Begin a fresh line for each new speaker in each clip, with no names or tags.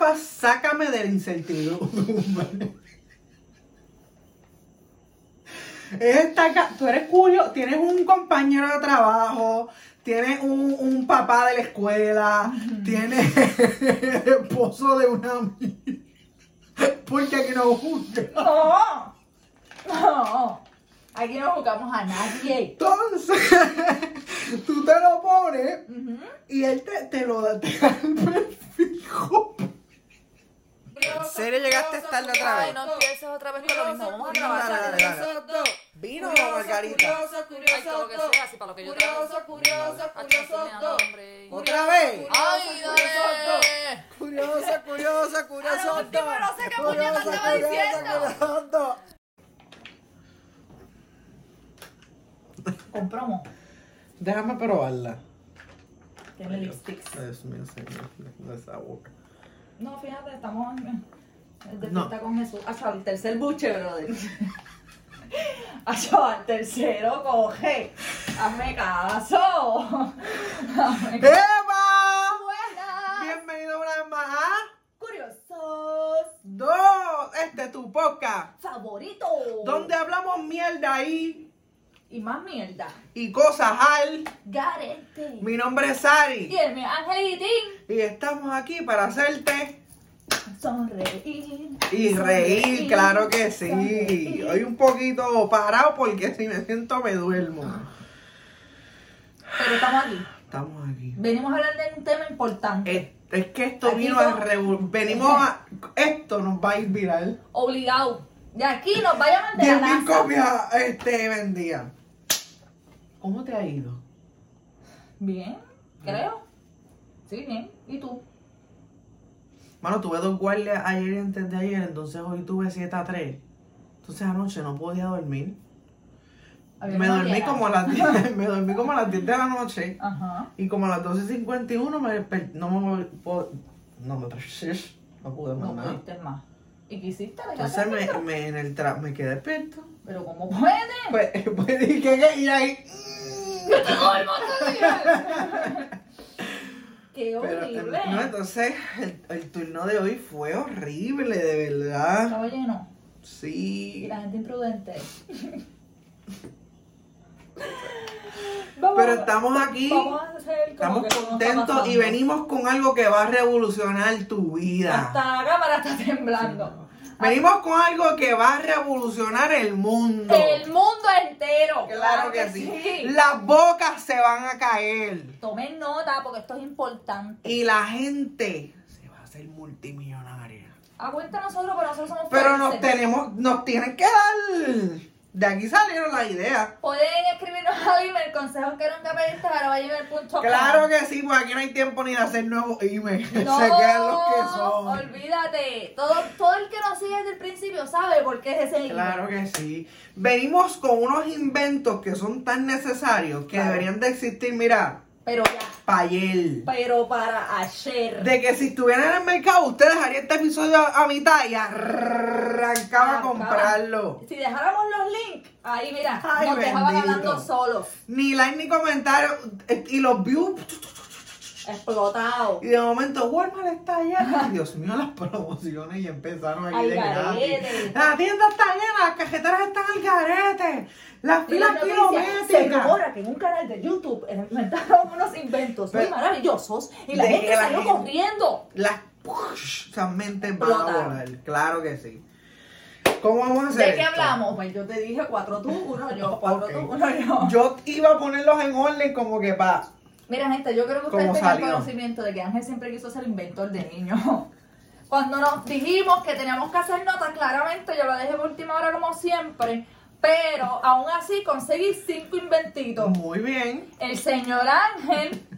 Jehová, sácame de la incertidumbre. Es esta ca- tú eres cuyo, tienes un compañero de trabajo, tienes un, un papá de la escuela, tienes el esposo de una amiga. Porque aquí no juzga.
No, no. Aquí no jugamos a nadie.
Entonces, tú te lo pones
Ujú.
y él te, te lo da, te da el prefijo.
¿En serio llegaste tarde otra vez?
Ay, no empieces otra vez con lo mismo. Vamos a
Dale,
trabajar.
dale, dale. ¿Vino o margarita?
Curioso, curioso,
Ay, tengo que
todo.
ser así para lo que yo
Curioso,
trabajo.
curioso,
Ay,
curioso,
me
todo.
hambre.
Curioso,
¿Otra vez?
Ay, dale.
Curiosa, curiosa, curiosa.
A lo último, Ah, no sé qué puñeta estaba diciendo.
diciendo.
Con promo.
Déjame probarla.
Tiene lipsticks.
Dios mío, señor, de esa boca.
No, fíjate, estamos en- en- de
No.
fiesta con Jesús. Hasta el tercer buche, brother. Hasta el tercero coge. Hazme caso. Hazme caso.
¡Eva!
Buenas.
Bienvenido una vez más a
Curiosos.
dos. Este es tu poca.
Favorito.
Donde hablamos mierda ahí
Y más mierda.
y cosas al.
Garete.
Mi nombre es
Y
Sari.
el mi angelitín.
Y estamos aquí para hacerte
Sonreír.
y reír, claro que sí.
Sonreír.
Hoy un poquito parado porque si me siento me duermo.
Ah.
Pero estamos aquí.
Estamos aquí.
Venimos a hablar de un tema importante.
Es, es que esto
Aquí
vino
no.
a revol... Venimos a. Esto nos va a ir viral.
Obligado. De aquí nos va a llamar de la
10 mil
NASA.
copias este vendía. ¿Cómo te ha ido?
Bien, creo. Sí, bien. ¿Y tú?
Mano, tuve dos guardias ayer y antes de ayer, entonces hoy tuve 7 a 3. Entonces anoche no podía dormir.
Había
Me
una
dormí,
fiera.
como a las 10, me dormí como a las 10 de la noche
Ajá.
y como a las 12.51 me desperté. No me po- No me No pude más
No
nada.
pudiste más. ¿Y qué hiciste? ¿Le
Entonces
quedaste
me,
despierto?
me, en el tra- me quedé despierto.
Pero ¿cómo puede?
Pues, pues dije que y ahí.
¡Te duermo todavía! ¡Qué
Pero, em, eh,
horrible!
no, entonces el, el turno de hoy fue horrible, de verdad.
Estaba lleno. Y
Sí.
la gente imprudente.
Pero estamos aquí,
Vamos a hacer como
estamos
que no está
contentos y
pasando.
venimos con algo que va a revolucionar tu vida.
Hasta la cámara está temblando.
Venimos con algo que va a revolucionar el mundo.
El mundo entero.
Claro que sí. Las bocas se van a caer
Tomen nota porque esto es importante.
y la gente se va a hacer multimillonaria.
Aguanta nosotros, pero nosotros somos
Pero
no
nos tenemos, nos tienen que dar. De aquí salieron las ideas.
Pueden escribirnos a email consejos que nunca pediste arroba gmail.com.
Claro que sí, pues aquí no hay tiempo ni de hacer nuevos emails.
No,
Se quedan los que son.
olvídate. Todo, todo el que nos sigue desde el principio sabe por qué es ese email.
Claro que sí. Venimos con unos inventos que son tan necesarios que
Claro.
deberían de existir, mira,
Pero ya,
payel.
pero para ayer.
De que si estuvieran en el mercado, usted dejaría este episodio a a mitad y arrancaba a
Arrancaba.
comprarlo.
Si dejáramos los links, ahí mira,
Ay,
nos dejaban
bendito.
hablando solos.
Ni like ni comentario. eh, Y los views.
Explotado.
Y de momento, Walmart está allá. Ay, Dios mío, las promociones y empezaron aquí
Al
de gratis.
garete.
La tienda está llena, las cajeteras están al garete. Las
Y las
filas
noticias se
kilométricas.
rumora que en un canal de YouTube inventaron unos inventos muy
Pero-
maravillosos y la
De
gente
que la
salió
gente-
corriendo.
Las push, esas mentes van a
Explotaron.
volar, claro que sí. ¿Cómo vamos a hacer?
¿De qué
esto?
hablamos? Pues yo te dije cuatro tú, uno yo, cuatro
Ok.
tú, uno yo.
Yo iba a ponerlos en orden como que para.
Mira, gente, yo creo que ustedes
¿Cómo
tengan
salió?
conocimiento de que Ángel siempre quiso ser inventor de niño. Cuando nos dijimos que teníamos que hacer notas, claramente yo lo dejé por última hora como siempre, pero aún así conseguí cinco inventitos.
Muy bien.
El señor Ángel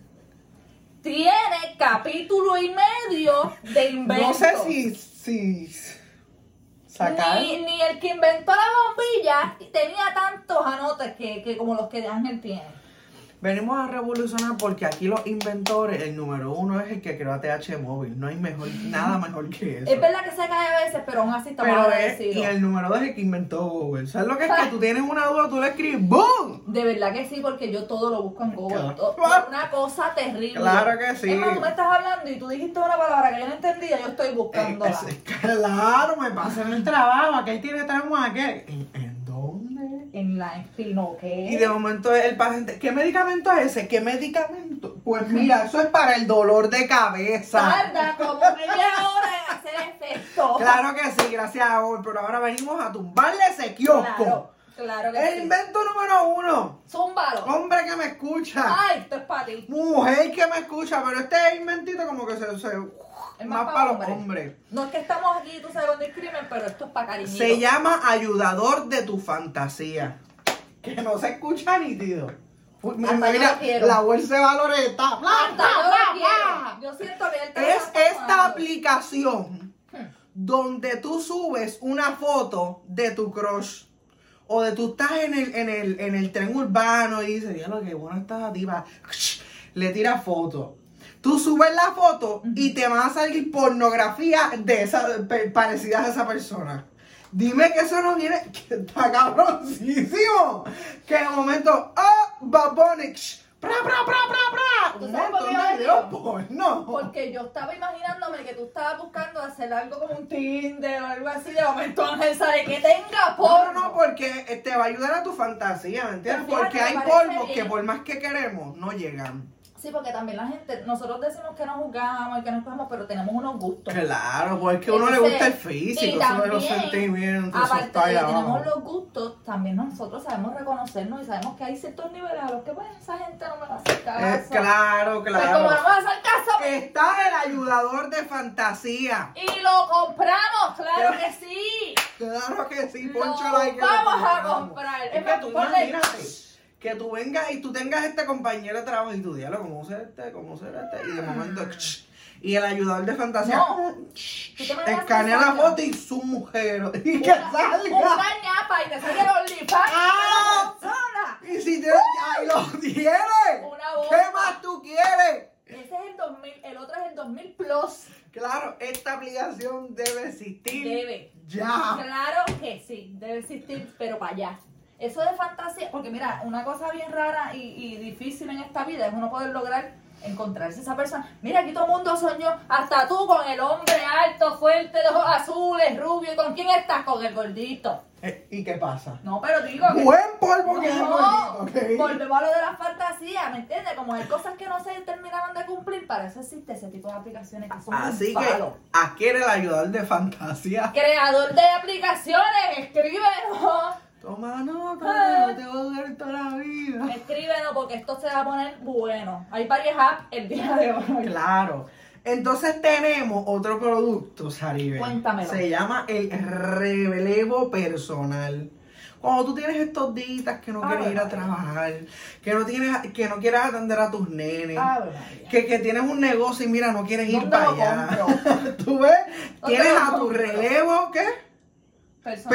tiene capítulo y medio de inventos.
No sé si. si sacar.
Ni, ni el que inventó la bombilla tenía tantos anotes que, que como los que Ángel tiene.
Venimos a revolucionar porque aquí los inventores, el número uno es el que creó ATH móvil. No hay mejor, nada mejor que eso.
Es verdad que se cae a veces, pero aún así estamos
Pero es,
agradecidos.
y el número dos es el que inventó Google. ¿Sabes lo que es que tú tienes una duda, tú le escribes ¡BOOM!
De verdad que sí, porque yo todo lo busco en Google.
Claro.
todo- una cosa terrible.
Claro que sí.
Es más, tú me estás hablando y tú dijiste una palabra que yo no entendía, yo estoy buscándola.
Eh, Es- es- claro, me pasa en el trabajo. Aquel tiene trauma, aquel. ¿En, en dónde?
En la
Y
espinoque.
de momento el paciente, ¿qué medicamento es ese? ¿Qué medicamento? Pues mira, eso es para el dolor de cabeza.
Tarda como media hora en hacer efecto.
Claro que sí, gracias a Google. Pero ahora venimos a tumbarle ese kiosco.
Claro, claro que
El
sí.
invento número uno.
Zúmbalo.
Hombre que me escucha.
Ay, esto es para ti.
Mujer que me escucha, pero este inventito como que se, se
Es
más para los hombres.
No es que estamos aquí, tú sabes, con el crimen, pero esto es para cariñito.
Se llama ayudador de tu fantasía. Que no se escucha nítido. Uy, Mira,
Hasta yo
mira,
lo quiero.
la bolsa de valoreta. Bla,
Hasta
bla,
yo
bla,
lo
bla.
quiero. Yo siento que él
Es esta aplicación donde tú subes una foto de tu crush. O de tú estás en el, en el, en el tren urbano y dices, lo que buena estás diva. Le tiras foto. Tú subes la foto y te van a salir pornografía de esa, pe- parecidas a esa persona. Dime que eso no viene, que está cabroncísimo. Que de momento, oh, babonix, pra, pra, pra, pra, pra.
¿Tú
Un
sabes por qué
montón
yo
de
lo
videos
digo?
porno.
Porque yo estaba imaginándome que tú estabas buscando hacer algo como un Tinder o algo así. De momento Ángel sabe que tenga
Porno
porno.
no, porque eh, te va a ayudar a tu fantasía, ¿me entiendes?
Pero fíjate,
Porque hay
me parece
polvos que
bien.
por más que queremos, no llegan.
Sí, porque también la gente, nosotros decimos que nos juzgamos y que nos cogemos, pero tenemos unos gustos.
Claro, porque es que a uno le
Entonces,
gusta el físico,
y
eso de los
también,
sentimientos, eso
Aparte
está
de que
allá
tenemos
abajo. Eh,
los gustos, también nosotros sabemos reconocernos y sabemos que hay ciertos niveles a los que, pues, esa gente no me va a hacer caso.
Eh, claro,
Pues como no me
claro. Eh.
va a hacer caso,
Está el ayudador de fantasía.
Y lo compramos,
Eh.
claro que sí.
Claro que sí,
Lo
poncho like. que lo
vamos a
compramos.
comprar.
Es que
Es
tú
más, ponle-
imagínate que tú vengas y tú tengas este compañero de trabajo y tu diálogo, ¿cómo será este? ¿Cómo será este? Y de momento, y el ayudador de fantasía,
Ah. No. Tú te mandas
escanea la
mensaje.
foto y su mujer, y que
Una-
salga.
Una ñapa y te sale el OnlyFans.
Ah.
de la persona.
Y si te ¡ay, lo tienes!
Una bomba.
¿Qué más tú quieres?
Ese es el 2000, el otro es el 2000 Plus.
Claro, esta aplicación debe existir.
Debe.
Ya.
Claro que sí, debe existir, pero para allá. Eso de fantasía, porque mira, una cosa bien rara y, y difícil en esta vida es uno poder lograr encontrarse esa persona. Mira, aquí todo el mundo soñó, hasta tú con el hombre alto, fuerte, de ojos azules, rubio. ¿Y con quién estás? Con el gordito.
Eh, ¿Y qué pasa?
No, pero digo que...
Buen polvo que es el
No,
gordito, ¿ok?
volvemos a lo de las fantasías, ¿me entiendes? Como hay cosas que no se terminaban de cumplir, para eso existe ese tipo de aplicaciones que son
Así
un
que
palo.
adquiere el ayudador de fantasía.
Creador de aplicaciones, escríbenos.
Toma nota,
Ah.
no te va a durar toda la vida.
Escríbenos porque esto se va a poner bueno. Hay varias apps el día de hoy.
Claro. Entonces tenemos otro producto, Saribel.
Cuéntamelo.
Se llama el relevo personal. Cuando tú tienes estos días que no
Ah,
quieres ir a
verdad.
trabajar, que no tienes, que no quieres atender a tus nenes,
Ave María.
que, que tienes un negocio y mira, no quieres ir
¿Dónde
para
lo
allá.
compro?
¿Tú ves?
lo
Tienes a tu
compro?
relevo, ¿qué?
Personas.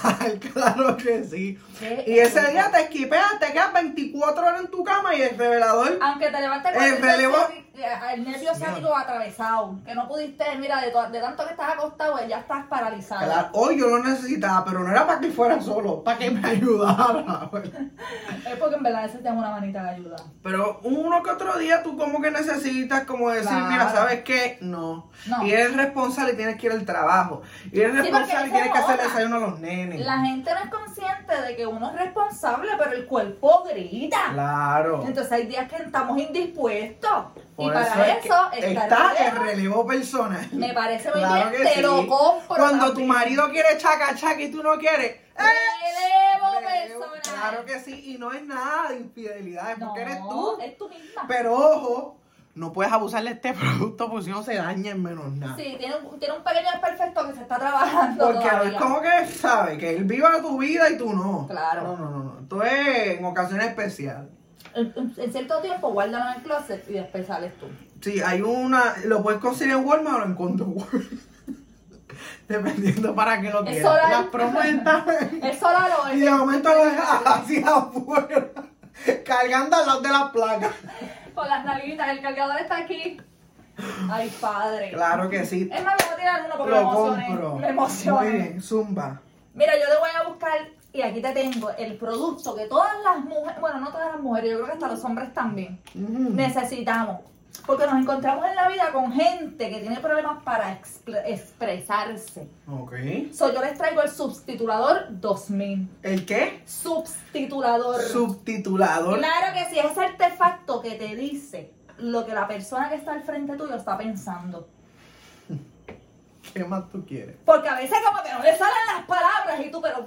personal, claro que sí.
Qué
Y ese
rico.
día te esquipeas, te quedas 24 horas en tu cama y el revelador.
Aunque te levantes con
El
el,
relevo-
nervio- eh, el nervio sádico atravesado, que no pudiste, mira, de, to- de tanto que estás acostado, ya estás paralizado.
Claro, hoy yo lo necesitaba, pero no era para que fuera solo, para que me ayudara. pues.
Es porque en verdad ese te llama una manita de ayuda.
Pero uno que otro día tú como que necesitas como decir,
Claro.
mira, ¿sabes qué? No.
No.
Y eres responsable y tienes que ir al trabajo. Y eres
porque
responsable y
esa es
tienes que hacer
otra.
desayuno a los nenes.
La gente no es consciente de que uno es responsable, pero el cuerpo grita.
Claro.
Entonces hay días que estamos indispuestos.
Por
y
eso
para
es que
eso, está,
está
el
el
relevo.
relevo personal.
Me parece muy
Claro
bien,
que
te
sí.
lo compro.
Cuando tu
también.
marido quiere chaca chaca y tú no quieres.
Relevo
relevo,
personal.
Claro que sí, y no es nada de infidelidad, es porque eres tú.
Es tú misma.
Pero ojo, no puedes abusar de este producto porque si no se daña en menos nada.
Sí, tiene un, tiene un pequeño imperfecto que se está trabajando.
Porque no es
todavía.
como que, ¿sabes? Que él viva tu vida y tú no.
Claro.
No, no, no. no. Esto es en ocasiones especiales.
En, en- en cierto tiempo, guárdalo en el closet y después sales tú.
Sí, hay una. Lo puedes conseguir en Walmart o lo encuentro en Walmart. Dependiendo para qué lo
Es
quieras.
solar.
Las promesas.
Es solar o
y
es.
de momento lo dejas así afuera. cargando al lado de la placa.
Con las nalguitas, el cargador está aquí. Ay, padre.
Claro que sí.
Es más, me voy a tirar uno porque me
Lo
emocioné.
compro.
Me emocioné.
Muy bien, zumba.
Mira, yo te voy a buscar y aquí te tengo el producto que todas las mujeres, bueno, no todas las mujeres, yo creo que hasta los hombres también
Mm.
necesitamos. Porque nos encontramos en la vida con gente que tiene problemas para expre- expresarse.
Ok.
So, yo les traigo el subtitulador 2000.
¿El qué?
Subtitulador.
Subtitulador.
Claro que sí, es ese artefacto que te dice lo que la persona que está al frente tuyo está pensando.
¿Qué más tú quieres?
Porque a veces como que no le salen las palabras y tú, pero...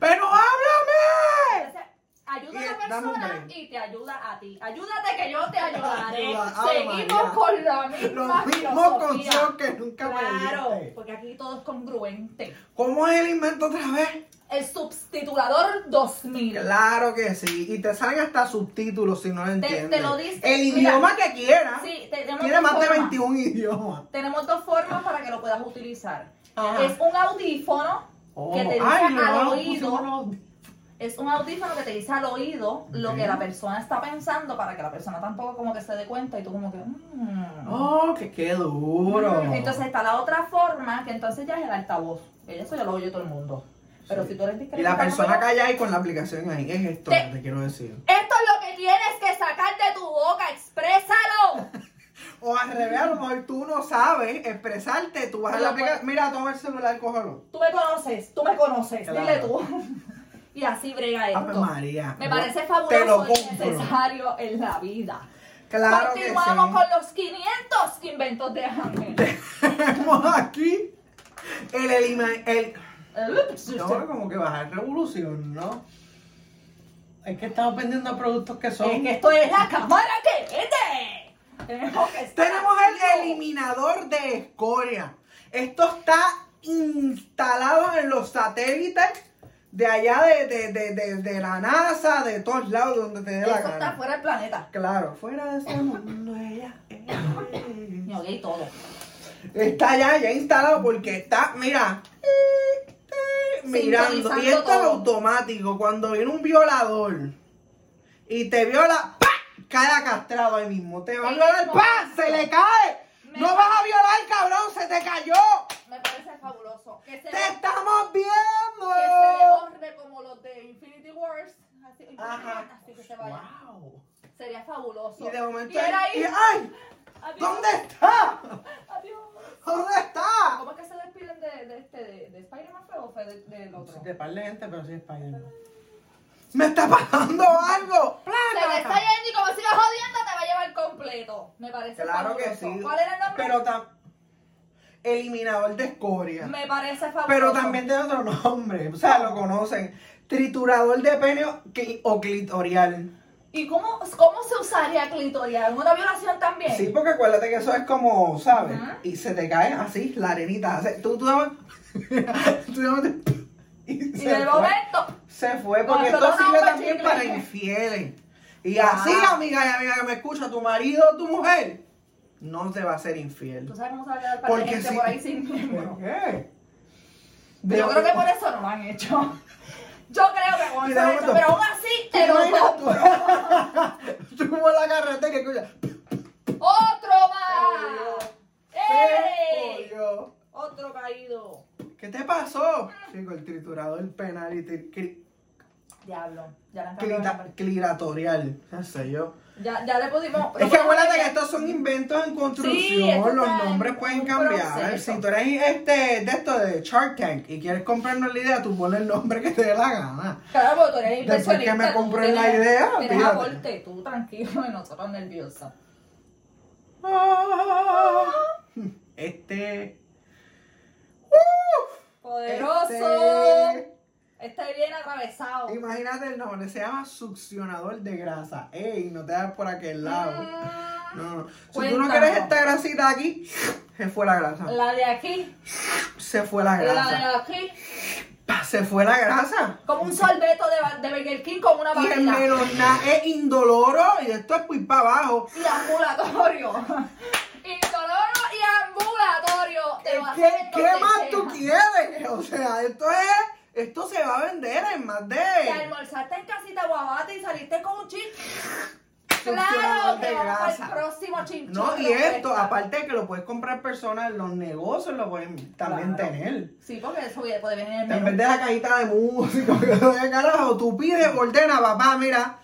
¡Pero háblame!
Entonces, Ayuda
Y, eh,
a la
dame un
persona
break.
y te ayuda a ti. Ayúdate que yo te ayudaré.
Ayuda, Ave
Seguimos
María.
con la misma
Los mismos
filosofía.
consejos que nunca
Claro,
me diste.
porque aquí todo es congruente.
¿Cómo es el invento otra vez?
El substitulador 2000.
Claro que sí. Y te salen hasta subtítulos si no lo entiendes.
te lo dice.
El
Mira.
idioma que quieras.
Sí, tenemos
Tiene
dos
más de
formas.
21 idiomas.
Tenemos dos formas para que lo puedas utilizar.
Ajá.
Es un audífono que te dice
Oh, Ay, no,
al
no,
oído.
pusimos los-
Es un audífono que te dice al oído lo
Ok.
que la persona está pensando para que la persona tampoco como que se dé cuenta y tú como que... mm.
Oh, que qué duro.
Entonces está la otra forma, que entonces ya es el altavoz. Que Eso ya lo oye todo el mundo. Pero
Sí.
si tú eres
Y
discreto...
la persona
como yo,
calla ahí con la aplicación ahí. Es esto
Te-
que te quiero decir.
Esto es lo que tienes que sacar de tu boca, exprésalo.
O al revés, a lo mejor tú no sabes expresarte. Tú vas a la
Pero,
aplicación. Mira, toma el celular, cógelo.
Tú me conoces, tú me conoces,
Claro.
dile tú. Y así brega
Ave
esto.
María.
Me
yo
parece
Te lo
fabuloso y
compro.
necesario en la vida.
Claro que sí.
Continuamos con los 500 inventos de Hammer.
Tenemos aquí el, elima- el Ahora como que bajar revolución, ¿no? Es que estamos vendiendo productos que son...
Es que esto es la cámara que vende. Tenemos que estar
Tenemos el
activos.
eliminador de escoria. Esto está instalado en los satélites de allá de, de, de, de, de la NASA, de todos lados donde te dé la
Eso está
gana.
fuera del planeta.
Claro, fuera de ese mundo ella es.
Me oye y todo.
Está ya, ya instalado porque está, mira, eh, mirando. Y esto es
todo.
automático. Cuando viene un violador y te viola, ¡pa! cae acastrado ahí mismo. Te va a
Ahí
violar,
mismo.
¡pa! se le cae.
Me-
No vas a violar, cabrón, se te cayó.
Me parece fabuloso. Que se,
Te estamos viendo.
que se le borre como los de Infinity Wars. Así,
Ajá.
así que se vaya.
Wow.
Sería fabuloso.
Y de momento,
Quiero
y-
ir.
¡ay!
Adiós.
¿Dónde está?
Adiós.
¿Dónde está?
¿Cómo es que se despiden de, de este, de, de Spider-Man fue o fue de- del otro?
De par de gente, pero sí español. ¡Me está pasando algo!
Se le está yendo y como sigas jodiendo te va a llevar completo. Me parece
Claro que
fabuloso.
sí.
¿Cuál era el nombre?
Pero tam- Eliminador de escoria.
Me parece fabuloso.
Pero también tiene otro nombre. O sea, lo conocen. Triturador de pene o cli- o clitorial.
¿Y cómo, cómo se usaría clitorial? ¿Una violación también?
Sí, porque acuérdate que eso es como, ¿sabes?
Ajá.
Y se te cae así, la arenita. Se- tú, tú, tú- tú- y
Y
se
de
fue.
momento,
Se fue, porque
Cuando
esto
no
sirve
rompa
también
chicle.
para infieles. Y
Ah.
así, amiga y amiga que me escucha, tu marido o tu mujer, no te va a ser infiel.
¿tú sabes cómo se va a quedar el par de
Porque
gente
sí.
por ahí sin miembro?
qué?
Yo creo que por eso no lo han hecho. Yo creo que con
Y
eso
de
han hecho,
momento-
pero aún así te lo compro.
Tuvo la carretera que escucha.
¡Otro
Dios.
más!
Se
¡Ey!
jodió.
Otro caído.
¿Qué te pasó? Chico, el triturador penal y tri- cri-
Diablo, ya le han cambiado el
clita-
nombre.
cliratorial. No sé yo.
Ya, ya le pudimos...
Es que acuérdate que estos son inventos en
Sí,
construcción,
esto
los
está en
nombres
un
pueden cambiar.
proceso.
Si tú eres este, de esto de Shark Tank y quieres comprarnos la idea, tú pones el nombre que te dé la gana.
Claro, porque tú eres
Después que
impresionista.
me
tú
compré la
tienes-
idea,
Tienes
fíjate.
aporte, tú tranquilo y nosotros nerviosos. Ah.
Este.
Poderoso.
Este.
Está bien atravesado.
Imagínate el nombre, se llama succionador de grasa. Ey, no te das por aquel lado.
Mm,
No, no. Si tú no
Cuéntanos.
quieres esta grasita de aquí, se fue la grasa.
La de aquí,
Se fue la
la de
grasa.
aquí,
Pa, Se fue la grasa.
como un sorbeto de, de Burger King con una
Y el
varita.
meloná es indoloro y esto es pues para abajo.
Y ambulatorio. Indoloro y ambulatorio. Te lo
¿Qué,
hacen
qué
donde
más
sea.
tú quieres? O sea, esto es, esto se va a vender en más
Te
de
almorzaste en casita guabate chocolate y saliste con un chip.
Funcionador
Claro,
de
que vamos para
grasa.
el próximo chip.
No, y esto, aparte de que lo puedes comprar personas, los negocios lo pueden también
Claro.
tener.
Sí, porque eso puede puede venir en el
En vez
menú.
de la cajita de música, de carajo, tú pides, ordena, papá, mira,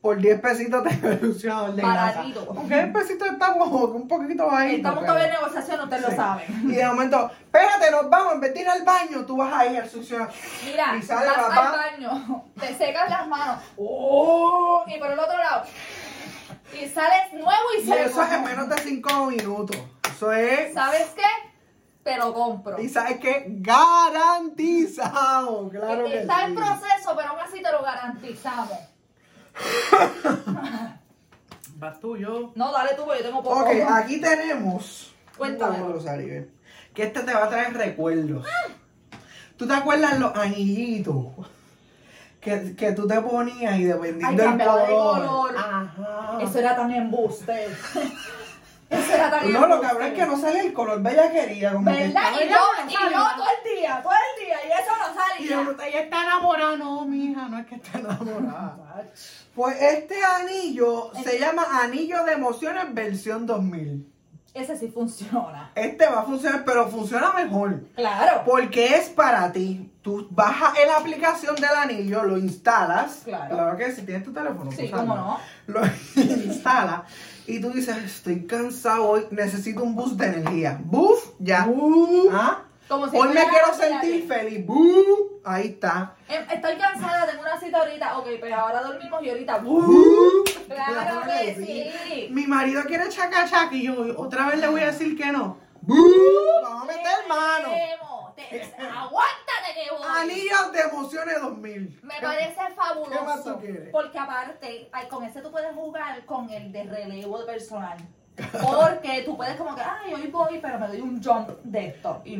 por 10 pesitos te revolucionador de grasa.
Baratito.
Aunque el pesito está como que un poquito bajito.
Estamos
pero-
todavía en negociación, ustedes lo saben.
Y de momento, espérate, nos vamos, en vez de ir al baño, tú vas ahí al sucio.
Mira,
Y
vas
sale papá.
al baño, te secas las manos. ¡Oh! Y por el otro lado. Y sales nuevo y
Y
seco.
eso es en menos de 5 minutos. Eso es.
¿Sabes qué? Te lo compro.
Y sabes qué? Garantizado. Claro que
Está en
sí.
proceso, pero aún así te lo garantizamos.
Vas tú, yo.
No, dale tú, porque yo tengo poco.
Ok, ah, aquí tenemos.
Cuéntame.
un glosario, eh, Que este te va a traer recuerdos. ¿Tú te acuerdas los anillitos? Que, que tú te ponías y
Ay,
dependiendo del
cambiaba
color.
de color.
Ajá.
Eso era tan embuste. Eso era tan
No, lo
embuste.
cabrón es que no sale el color bellaquería. Como que
¿Verdad?
estaba
Y yo,
enamorada,
y yo todo el día, todo el día, y eso no
Y
salía.
yo, ella está enamorada, no, mija, no es que está enamorada. Pues este anillo se llama Anillo de Emociones versión 2000.
Ese sí funciona.
Este va a funcionar, pero funciona mejor.
Claro.
Porque es para ti. Tú bajas en la aplicación del anillo, lo instalas.
Claro.
que si tienes tu teléfono.
Sí,
tú sabes.
cómo no.
Lo instalas y tú dices, estoy cansado hoy, necesito un boost de energía. Buf, ya. ¿Ah?
Como si
hoy me
fuera
quiero
la terapia.
sentir feliz. Buf, ahí está.
Em, Estoy cansada, tengo una cita ahorita. Ok, pues ahora dormimos y ahorita. ¡Uh!
Buf.
Claro que sí.
Mi marido quiere chaca chaca y yo otra vez le voy a decir que no. Buf, Vamos a meter mano.
Temo, te- Aguántate que voy.
Anillos de emociones 2000.
Me parece fabuloso.
qué más tú quieres?
Porque aparte, ay, con ese tú puedes jugar con el de relevo de personal. Porque tú puedes como que, ay, hoy voy, pero me doy un jump de esto. Y,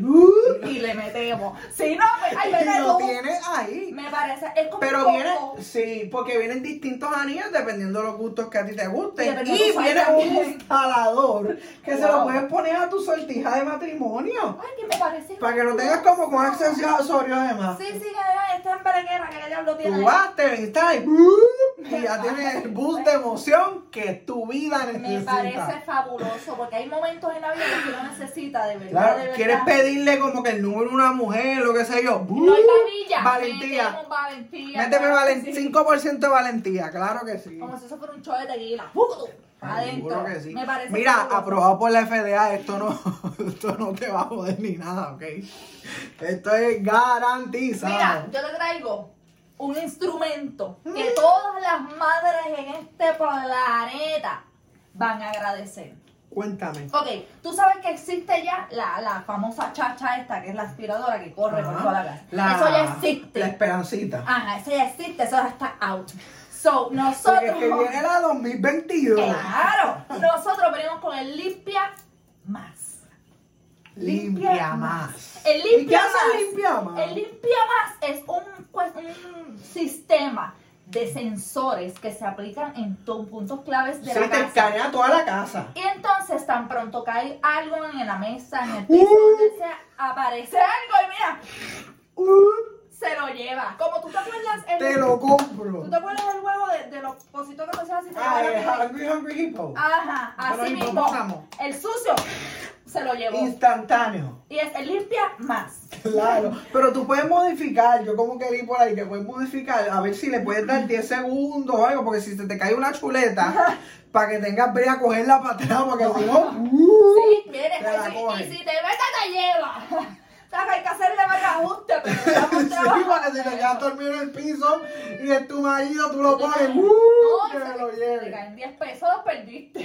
y le metemos. Si no, pues, ay, vete
Y lo
tú.
tienes ahí.
Me parece, es como
Pero
un
viene,
coco.
sí, porque vienen distintos anillos dependiendo de los gustos que a ti te
Y
gusten. Y,
dependiendo de tu size
viene un
también.
instalador que se lo
Wow.
puedes poner a tu sortija de matrimonio.
Ay, que me parece.
Para que no tengas como con accesorios además.
Sí, sí, que era este en Berenguera, que el diablo tiene.
Tú
ahí.
vas, te instalas y, y ya tienes el boost de emoción que tu vida
Me
necesita.
parece fabuloso, porque hay momentos en la vida que uno necesita de verdad.
Claro,
de verdad.
quieres pedirle como que el número de una mujer, lo que sé yo.
No hay tablilla.
Uh, Valentía.
Metemos valentía.
Méteme
claro que
valen-
sí.
5% de valentía, claro que sí.
Como si eso fuera un show de tequila. ¡Pucu! Adentro.
Uh, Seguro que sí.
Me parece
Mira,
fabuloso.
aprobado por la FDA, esto no, esto no te va a joder ni nada, ¿ok? Esto es garantizado.
Mira, yo te traigo un instrumento que todas las madres en este planeta van a agradecer.
Cuéntame.
Ok, tú sabes que existe ya la, la famosa chacha esta, que es la aspiradora que corre por
Ajá.
toda la casa.
La-
Eso ya existe. Ah,
La esperancita.
Ajá, eso ya existe, eso ya está out. So,
Porque
nosotros.
es que viene la 2022.
Claro, nosotros venimos con el limpia más.
Limpia más.
El
¿Y qué
limpia
hace
más.
el limpia más?
El limpia más es un, pues, un sistema de sensores que se aplican en to- puntos claves de
Sí,
la
te
casa.
escanea toda la casa.
Y entonces tan pronto cae algo en la mesa, en el
Uh.
piso, donde sea, aparece algo y mira,
Uh,
se lo lleva. Como tú te acuerdas el,
te lo compro.
¿tú te acuerdas del huevo de, de los cositos que tú hacías así te
Ah,
llevaban
el
a- Ah,
Hungry Hungry Hippo.
Ajá,
Pero
así
ahí
mismo.
vamos.
El sucio se lo llevó.
Instantáneo.
Y es el limpia más.
Claro, pero tú puedes modificar, yo como que vi por ahí que puedes modificar, a ver si le puedes dar 10 segundos o algo, porque si se te cae una chuleta, para que tengas ver a cogerla para atrás, porque si no,
Sí, mire,
te la
y si-
coge.
y si te mete, te lleva. O sea, que hay que hacerle varios ajustes, pero le damos
sí,
trabajo.
porque si te quedas dormido en el piso y es tu marido, tú lo
Tú te
pones,
caes.
¡uh!
No,
que
se-
me lo
Te
lleve.
caen 10 pesos, los perdiste.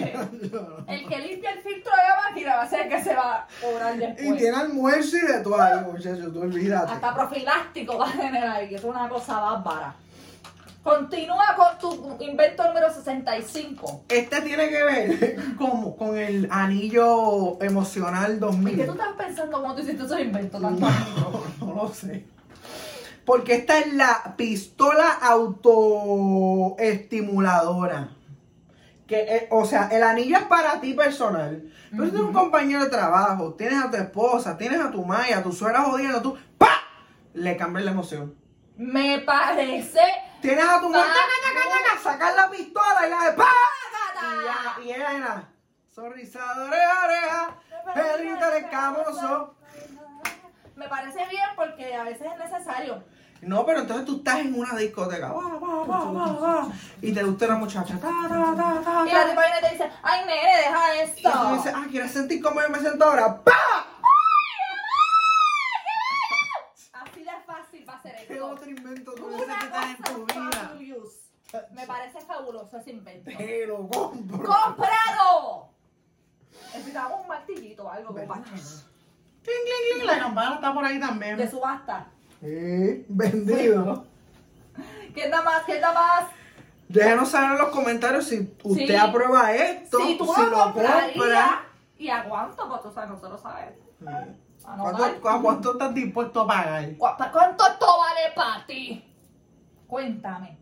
El que limpia el filtro de la máquina va a ser el que se va a cobrar
Y
después.
tiene almuerzo y de todo ahí, muchachos, tú olvídate.
Hasta profiláctico va a tener ahí, que es una cosa bárbara. Continúa con tu invento número 65.
Este tiene que ver como con el anillo emocional
¿Y qué
2000.
tú estás pensando cuando tú hiciste esos inventos tan
No, no lo sé. Porque esta es la pistola autoestimuladora. Que, eh, o sea, el anillo es para ti personal. Pero si tienes un compañero de trabajo, tienes a tu esposa, tienes a tu madre, a tu suegra jodiendo, tú ¡pa! Le cambias la emoción.
Me parece
Tienes a tu mujer,
Ah,
¡taca, taca, taca, sacar la pistola y la de ¡Pá!
¡Págata!
Y, ya, y ella era sonrisa de oreja a oreja, Pedrito el escamoso.
Me parece bien porque a veces es necesario.
No, pero entonces tú estás en una discoteca va, va, va, va, va, y te gusta una muchacha. ta, ta, ta, ta,
Y la
ta.
tipa viene y te dice, ay, nene, deja
Y tú dices,
esto.
ah, ¿quieres sentir cómo yo me siento ahora? ¡Pah!
Así de fácil va a ser
¿Qué
esto.
otro invento tú
Una
ese que estás en tu
cosa
vida?
fabulous. Me parece fabuloso ese invento.
Te lo compro.
¡Comprado! Necesitamos un martillito o algo
¿Verdad?
para
Cling, cling, cling, La campana está por ahí
de
también.
subasta.
Sí, vendido.
¿Quién da más? ¿Quién da más?
Déjenos saber en los comentarios si usted
Sí.
aprueba esto,
si tú
si
lo,
lo
comprarías
compra.
y aguanto, porque tú sabes, nosotros sabemos.
¿Cuánto, cu- ¿Cuánto estás dispuesto a pagar?
¿Cuánto, ¿Cuánto esto vale para ti? Cuéntame.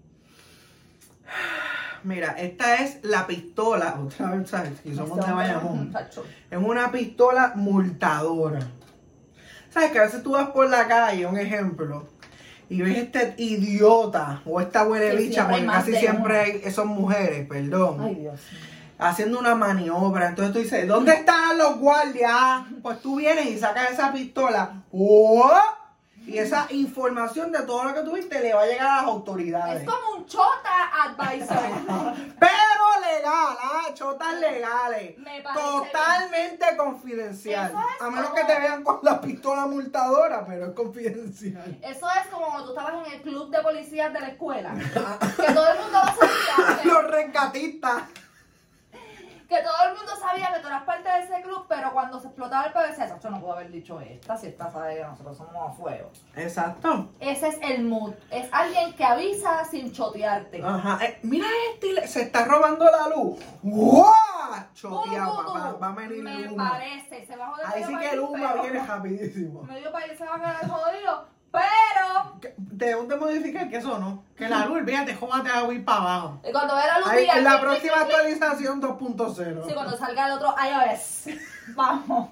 Mira, esta es la pistola. Otra vez, ¿sabes? Que somos de Bayamón.
Este Muchacho.
Es una pistola multadora. ¿Sabes? Que a veces tú vas por la calle, un ejemplo, y ves este idiota o esta huele
Que
bicha,
siempre
porque
hay más
casi
de
siempre
uno.
hay, son mujeres, perdón,
Ay, Dios.
haciendo una maniobra. Entonces tú dices, ¿dónde están los guardias? Pues tú vienes y sacas esa pistola. ¡Oh! Y esa información de todo lo que tuviste le va a llegar a las autoridades.
Es como un chota advisor.
Pero legal, ah, chotas legales.
Me parece
Totalmente confidencial.
Eso es
a menos
como-
que te vean con la pistola multadora, pero es confidencial.
Eso es como cuando tú estabas en el club de policías de la escuela. Que todo el mundo lo sabía. que-
Los rescatistas.
Que todo el mundo sabía que tú eras parte de ese club, pero cuando se explotaba el PVC, yo no puedo haber dicho esta, si esta sabe que nosotros somos a fuego.
Exacto.
Ese es el mood. Es alguien que avisa sin chotearte.
Ajá. eh, mira este, le- se está robando la luz. ¡Wow!
Pum,
Choteado,
pum,
papá.
pum.
Va a venir
Me
Luma.
parece, se va a joder.
Ahí
medio
sí que
país,
Luma
pero-
viene rapidísimo.
Medio país se va a quedar jodido, pero...
¿Qué- ¿De dónde modificar que eso no? Que la luz, fíjate, jódate a ir para abajo.
y Cuando vea la luz
Ahí,
diga,
en la próxima actualización 2.0.
Sí, cuando salga el otro iOS. Vamos.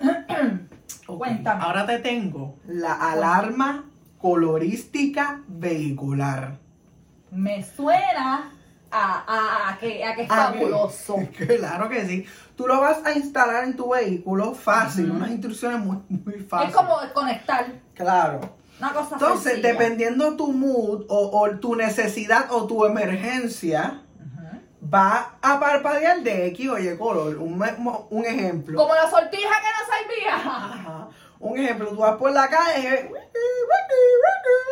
Ok,
Cuéntame.
Ahora te tengo la alarma colorística vehicular.
Me suena a, a- a que, a que es
Ah,
fabuloso.
Claro que sí. Tú lo vas a instalar en tu vehículo fácil, unas instrucciones muy, muy fáciles.
Es como conectar.
Claro.
Una cosa
Entonces,
sencilla.
dependiendo tu mood o, o tu necesidad o tu emergencia, va a parpadear de X o Y color. Un, me- mo- un ejemplo.
Como la sortija que no servía.
Ajá. Un ejemplo, tú vas por la calle,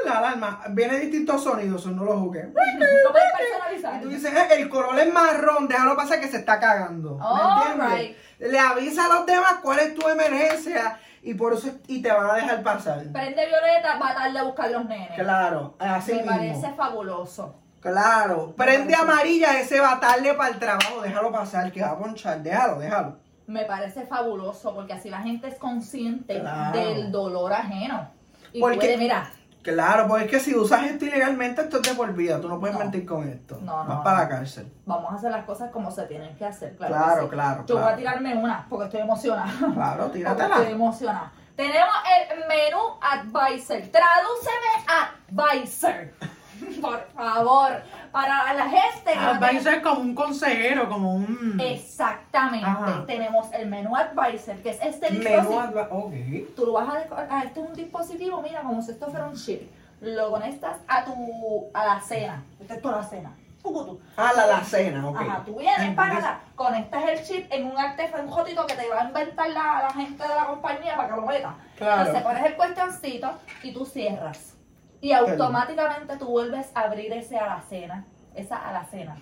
la alarma, viene distintos sonidos, son no los jugué.
Lo puedes
Y
personalizar.
tú dices, "Eh, el color es marrón, déjalo pasar que se está cagando.
All
¿Me entiendes? Le avisa a los demás cuál es tu emergencia y por eso y te van a dejar pasar.
Prende Violeta va a darle a buscar los nenes.
Claro, así
Me
mismo.
parece fabuloso.
Claro, prende amarilla, ese va tarde para el trabajo, déjalo pasar, que va a ponchar, déjalo, déjalo.
Me parece fabuloso porque así la gente es consciente
Claro.
del dolor ajeno. Y
Porque-
puede, mira,
Claro, porque es que si usas esto ilegalmente, esto es de por vida, tú no puedes
No.
mentir con esto.
No, no,
Vas
no.
para la cárcel.
vamos a hacer las cosas como se tienen que hacer. Claro,
Claro,
que sí.
claro,
Yo voy
claro.
a tirarme una porque estoy emocionada.
Claro,
Porque Estoy
tíratela.
emocionada. Tenemos el menú Advisor. Tradúceme Advisor. Por favor. Para la gente que no tiene-
ser como un consejero, como un...
Este Exactamente.
Ajá.
Tenemos el menú Advisor, que es este
Menú
dispositivo.
adva- ok.
Tú lo vas a... deco- Ah, este es un dispositivo, mira, como si esto fuera un chip. Lo conectas a tu... a la cena. Esta es tu alacena. Tucutu.
Ah, la alacena, ok.
Ajá, tú vienes
Entonces-
para la- conectas el chip en un artefacto, un jotito que te va a inventar la, la gente de la compañía para que lo meta.
Claro.
Entonces pones el cuestioncito y tú cierras. Y automáticamente tú vuelves a abrir ese alacena, esa alacena.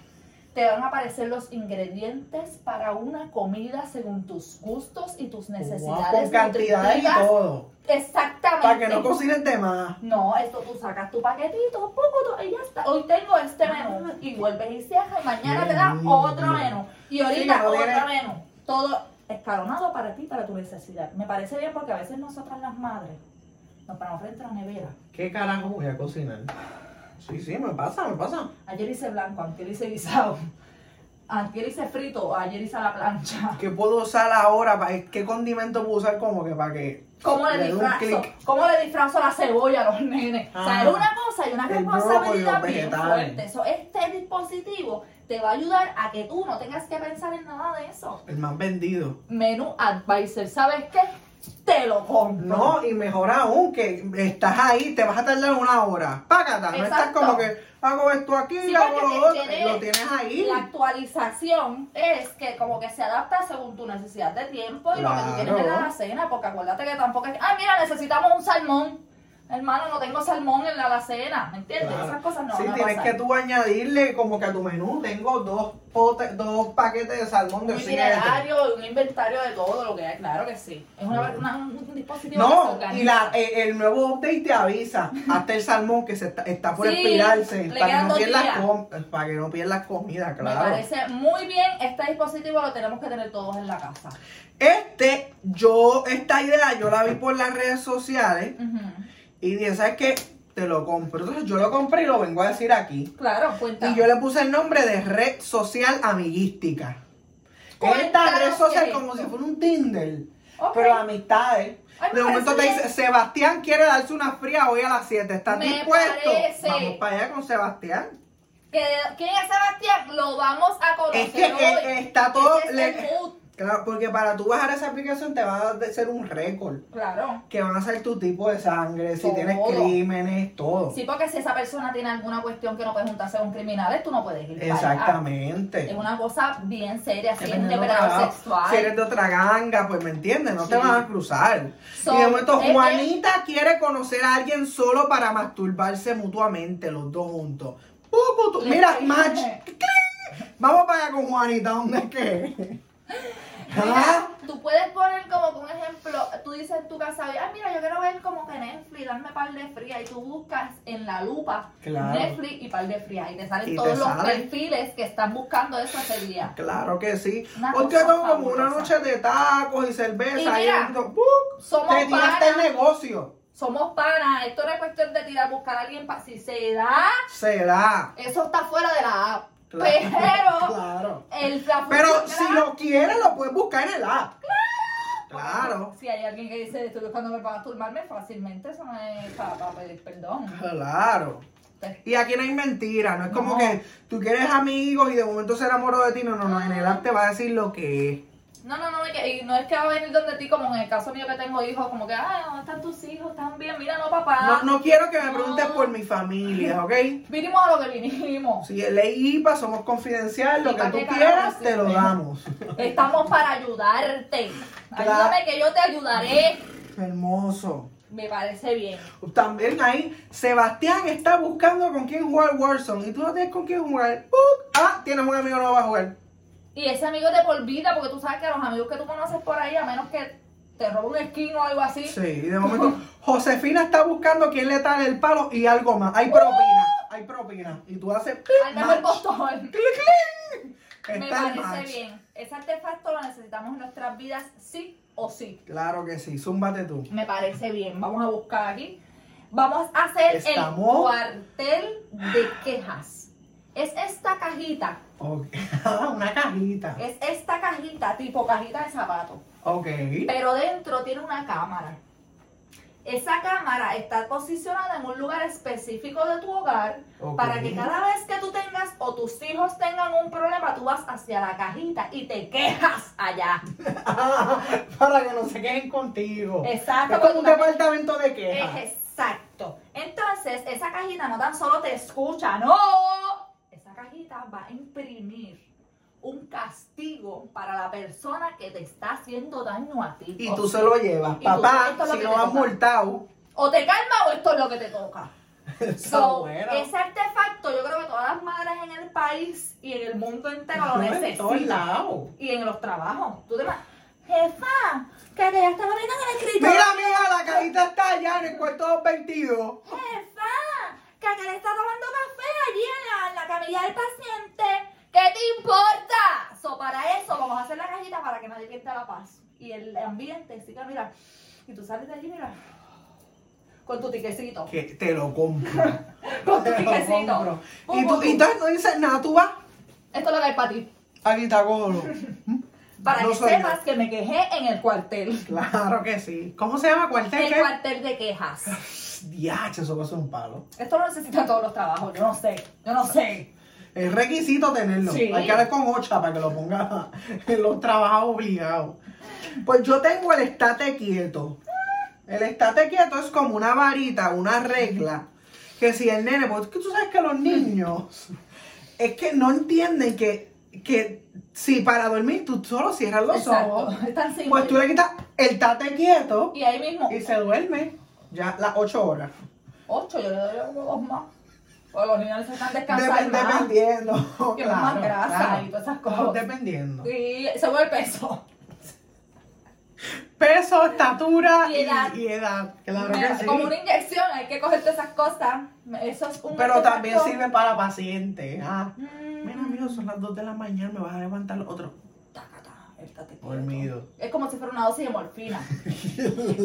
Te van a aparecer los ingredientes para una comida según tus gustos y tus necesidades.
Wow, con cantidades y
nutritivas.
todo.
Exactamente.
Para que no cocinen de más.
No, esto tú sacas tu paquetito, un poco, y ya está. Hoy tengo este menú. Y vuelves y cierras, y mañana
Ah. Qué
te dan otro
lindo.
menú. Y
Sí,
ahorita
que no
otro
tiene-
menú. Todo escalonado para ti, para tu necesidad. Me parece bien porque a veces nosotras las madres nos paramos frente a la nevera.
¿Qué carajo voy a cocinar? Sí, sí, me pasa, me pasa.
Ayer hice blanco, aunque hice guisado. Ayer hice frito, ayer hice a la plancha.
¿Qué puedo usar ahora? pa- ¿Qué condimento puedo usar como que para que
¿Cómo le
dé un
disfrazo?
clic?
¿Cómo le disfrazo la cebolla a los nenes? o sea,
Ah,
es una cosa y una
el brócoli, los
responsabilidad bien
vegetales.
fuerte. So, este dispositivo te va a ayudar a que tú no tengas que pensar en nada de eso.
El más vendido.
Menú Advisor, ¿sabes qué? Te lo compro.
No, y mejor aún, que estás ahí, te vas a tardar una hora. Págata, no estás
Exacto.
como que hago esto aquí,
Sí,
hago
porque
lo otro.
tiene-
Lo tienes ahí.
La actualización es que como que se adapta según tu necesidad de tiempo y lo que tú tienes en
Claro.
la cena, porque acuérdate que tampoco es, ay mira, necesitamos un salmón. Hermano, no tengo salmón en la alacena, ¿me entiendes?
Claro.
Esas cosas no
sí,
van a
tienes
pasar.
que tú añadirle como que a tu menú tengo dos potes, dos paquetes de salmón de
un
siete.
itinerario, un inventario de todo lo que hay, claro que sí. Es una, una- un dispositivo que
Mm.
se
No,
organiza.
y la, eh, el nuevo update te avisa hasta el salmón que se está, está por
Sí,
expirarse
le
para que,
quedan
no
dos
pierdas
días.
com- para que no pierdas comida,
Me
claro.
parece muy bien, este dispositivo lo tenemos que tener todos en la casa.
Este, yo, esta idea yo la vi por las redes sociales
Ujú.
y dije, ¿sabes qué? Te lo compro. Entonces yo lo compré y lo vengo a decir aquí.
Claro, cuenta.
Y yo le puse el nombre de red social amiguística. Esta
Cuéntanos
red social
qué es
como si
esto.
fuera un Tinder.
Ok.
Pero amistades.
Ay, me
de momento te
parece
dice,
bien.
Sebastián quiere darse una fría hoy a las 7. ¿Estás
Me
dispuesto?
parece.
Vamos para allá con Sebastián.
que ¿Quién es Sebastián? Lo vamos a conocer
Es que
hoy.
eh, está todo...
Ese es
le-
el mood.
claro, porque para tú bajar esa aplicación te va a ser un récord.
Claro.
Que van a ser tu tipo de sangre, si
Todo.
tienes crímenes, todo.
Sí, porque si esa persona tiene alguna cuestión que no puede juntarse con criminales, tú no puedes ir. para allá.
Exactamente.
Es una cosa bien seria, si es un
Dependiendo de
depredador
otra-
sexual.
Si eres de otra ganga, pues me entiendes, no te
Sí.
vas a cruzar.
So,
y de momento,
es-
Juanita quiere conocer a alguien solo para masturbarse mutuamente, los dos juntos. Pucu, tú-
Le-
Mira, match. ¡Cling! Vamos para allá con Juanita, ¿dónde es que?
Mira,
¿Ah?
tú puedes poner como que un ejemplo, tú dices en tu casa, ah, mira, yo quiero ver como que Netflix, darme par de fría, y tú buscas en la lupa
Claro.
Netflix y par de fría, y te salen
Y te
todos los
sale.
perfiles que están buscando eso ese día.
Claro que sí.
Una
Porque
cosa
tengo como una
fabulosa.
noche de tacos y cerveza.
Y
Y
mira,
momento, ¡puc!
somos
te tiraste el
panas.
negocio.
Somos panas, esto no es cuestión de tirar, buscar a alguien para si se da,
Se da.
eso está fuera de la app.
Claro,
Pero
claro.
el la
Pero
función
si
de la
lo quieres, lo puedes buscar en el app. Claro.
Si hay alguien que dice, estoy buscándome para masturbarme fácilmente, eso no es para, para pedir perdón.
Claro. Y aquí no hay mentira, no es como
No.
que tú quieres amigos y de momento se enamoró de ti. No, no, no, en el app te va a decir lo que es.
No, no, no, y, que- y no es que va a venir donde ti, como en el caso mío que tengo hijos, como que, ay, ¿dónde están tus hijos? ¿Están bien? Mira, no, papá.
No, no quiero que me
No.
preguntes por mi familia, ¿ok?
Vinimos a lo que vinimos.
Si ley IPA, somos confidencial, lo
¿Y
que
pa'
tú
qué
quieras,
carajo
te lo
sirve?
damos.
Estamos para ayudarte.
Claro.
Ayúdame que yo te ayudaré.
Hermoso.
Me parece bien.
También ahí, Sebastián está buscando con quién jugar Warzone y tú no tienes con quién jugar. ¡Uh! Ah, tienes un amigo que no va a jugar.
Y ese amigo te por vida, porque tú sabes que a los amigos que tú conoces por ahí, a menos que te robe un skin o algo así,
Sí, y de momento Josefina está buscando quién le trae el palo y algo más. Hay propina, hay propina. Y tú haces
al
clic,
mejor
match,
postor.
clic, clic.
Me
Está el
parece
match.
bien. Ese artefacto lo necesitamos en nuestras vidas, sí o sí.
Claro que sí, zúmbate tú.
Me parece bien. Vamos a buscar aquí. Vamos a hacer
Estamos-
el cuartel de quejas. Es esta cajita.
Ok. Una cajita.
Es esta cajita, tipo cajita de zapato.
Ok.
Pero dentro tiene una cámara. Esa cámara está posicionada en un lugar específico de tu hogar
Ok.
para que cada vez que tú tengas o tus hijos tengan un problema, tú vas hacia la cajita y te quejas allá.
Para que no se quejen contigo.
Exacto,
Es como un
porque también-
departamento de quejas.
Es exacto. Entonces, esa cajita no tan solo te escucha, no. Esa cajita va a imprimir un castigo para la persona que te está haciendo daño a ti.
Y tú se lo llevas.
Y tú,
Papá,
esto es lo
si
que
no
te
vas
toca.
multado.
O te calma o esto es lo que te toca.
está
So,
bueno.
ese artefacto yo creo que todas las madres en el país y en el mundo entero lo
No, en todos
necesitan.
lados.
Y en los trabajos. Tú te vas, jefa, que te estás abriendo en el escritorio.
Mira, mira, la cajita está allá en el cuarto 222.
Jefa, que acá le está tomando café allí en la, en la camilla del paciente. ¿Qué te importa? So, para eso vamos a hacer la cajita para que nadie pierda la paz. Y el ambiente siga, mira. Y tú sales de allí, mira. Con tu tiquecito.
que te lo compro.
Con tu
te lo
tiquecito.
compro.
Pum,
Y
pum,
tú,
pum.
y tú no dices nada, tú vas.
Esto es lo que hay para ti.
Aguitagolo.
Para
No
que
soy
sepas
yo.
que me quejé en el cuartel.
Claro que sí. ¿Cómo se llama? ¿Cuartel
El
qué?
cuartel de quejas.
Diache, eso va a ser un palo.
Esto lo necesitan todos los trabajos, yo no sé, yo no sé.
Es requisito tenerlo.
Sí.
Hay que hablar con Ocha para que lo ponga en los trabajos obligados. Pues yo tengo el estate quieto. El estate quieto es como una varita, una regla. Que si el nene, porque tú sabes que los niños es que no entienden que, que si para dormir tú solo cierras los
Exacto,
ojos,
es tan simple.
pues tú le quitas el tate quieto
Y ahí mismo,
y se duerme ya las 8 horas.
ocho, yo le doy como dos más. O los niños están
Depen-
descansando. más.
dependiendo.
Que más grasa y todas esas cosas.
Dependiendo.
Y se vuelve peso.
Peso, estatura
Y edad.
y, y edad. Claro que
Mira,
sí.
Como una inyección, hay que cogerte esas cosas. Eso es un
Pero también
artefacto.
sirve para pacientes. Ah.
Mm,
Mira, amigo, son las 2 de la mañana, me vas a levantar otro.
taca, taca, estate quieto.
Dormido.
Es como si fuera una dosis de morfina. Inyectada
Claro.